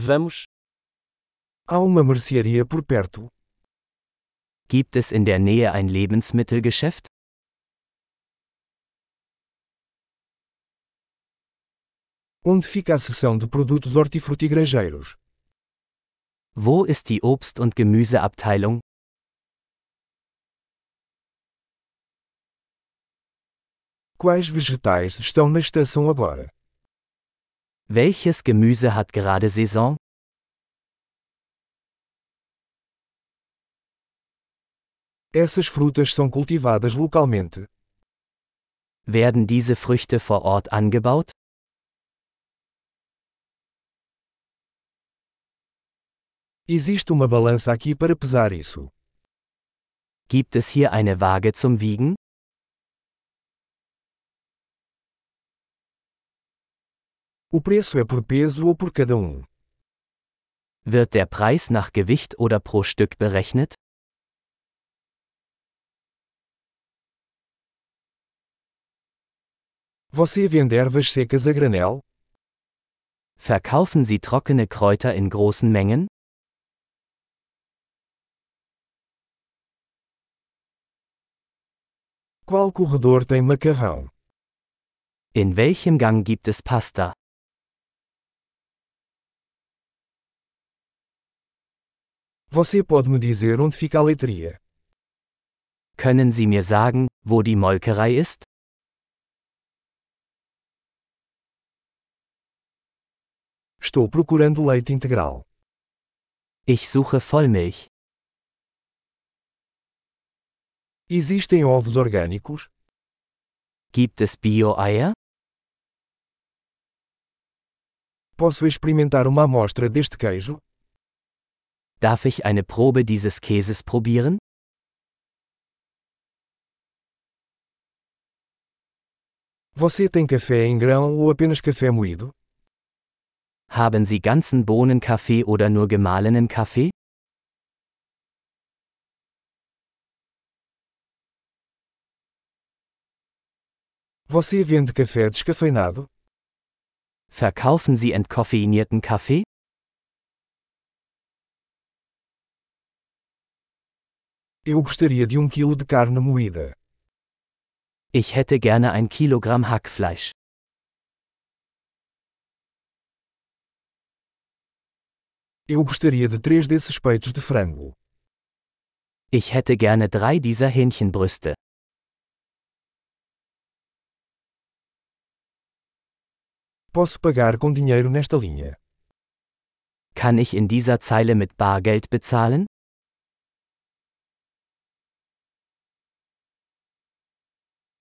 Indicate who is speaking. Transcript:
Speaker 1: Vamos.
Speaker 2: Há uma mercearia por perto?
Speaker 1: Gibt es in der Nähe ein Lebensmittelgeschäft?
Speaker 2: Onde fica a seção de produtos hortifrutigranjeiros?
Speaker 1: Wo ist die Obst- und Gemüseabteilung?
Speaker 2: Quais vegetais estão na estação agora?
Speaker 1: Welches Gemüse hat gerade Saison?
Speaker 2: Essas frutas são cultivadas localmente.
Speaker 1: Werden diese Früchte vor Ort angebaut?
Speaker 2: Existe uma balança aqui para pesar isso.
Speaker 1: Gibt es hier eine Waage zum Wiegen?
Speaker 2: O preço é por peso ou por cada um?
Speaker 1: Wird der Preis nach Gewicht oder pro Stück berechnet?
Speaker 2: Você vende ervas secas a granel?
Speaker 1: Verkaufen Sie trockene Kräuter in großen Mengen?
Speaker 2: Qual corredor tem macarrão?
Speaker 1: In welchem Gang gibt es Pasta?
Speaker 2: Você pode me dizer onde fica a leitria?
Speaker 1: Können Sie mir sagen, wo die Molkerei ist?
Speaker 2: Estou procurando leite integral.
Speaker 1: Ich suche Vollmilch.
Speaker 2: Existem ovos orgânicos?
Speaker 1: Gibt es Bio-Eier?
Speaker 2: Posso experimentar uma amostra deste queijo?
Speaker 1: Darf ich eine Probe dieses Käses probieren?
Speaker 2: Você tem café em grão ou apenas café moído?
Speaker 1: Haben Sie ganzen Bohnenkaffee oder nur gemahlenen Kaffee?
Speaker 2: Você vende café descafeinado?
Speaker 1: Verkaufen Sie entkoffeinierten Kaffee?
Speaker 2: Eu gostaria de um quilo de carne moída.
Speaker 1: Ich hätte gerne ein Kilogramm Hackfleisch.
Speaker 2: Eu gostaria de três desses peitos de frango.
Speaker 1: Ich hätte gerne drei dieser Hähnchenbrüste.
Speaker 2: Posso pagar com dinheiro nesta linha.
Speaker 1: Kann ich in dieser Zeile mit Bargeld bezahlen?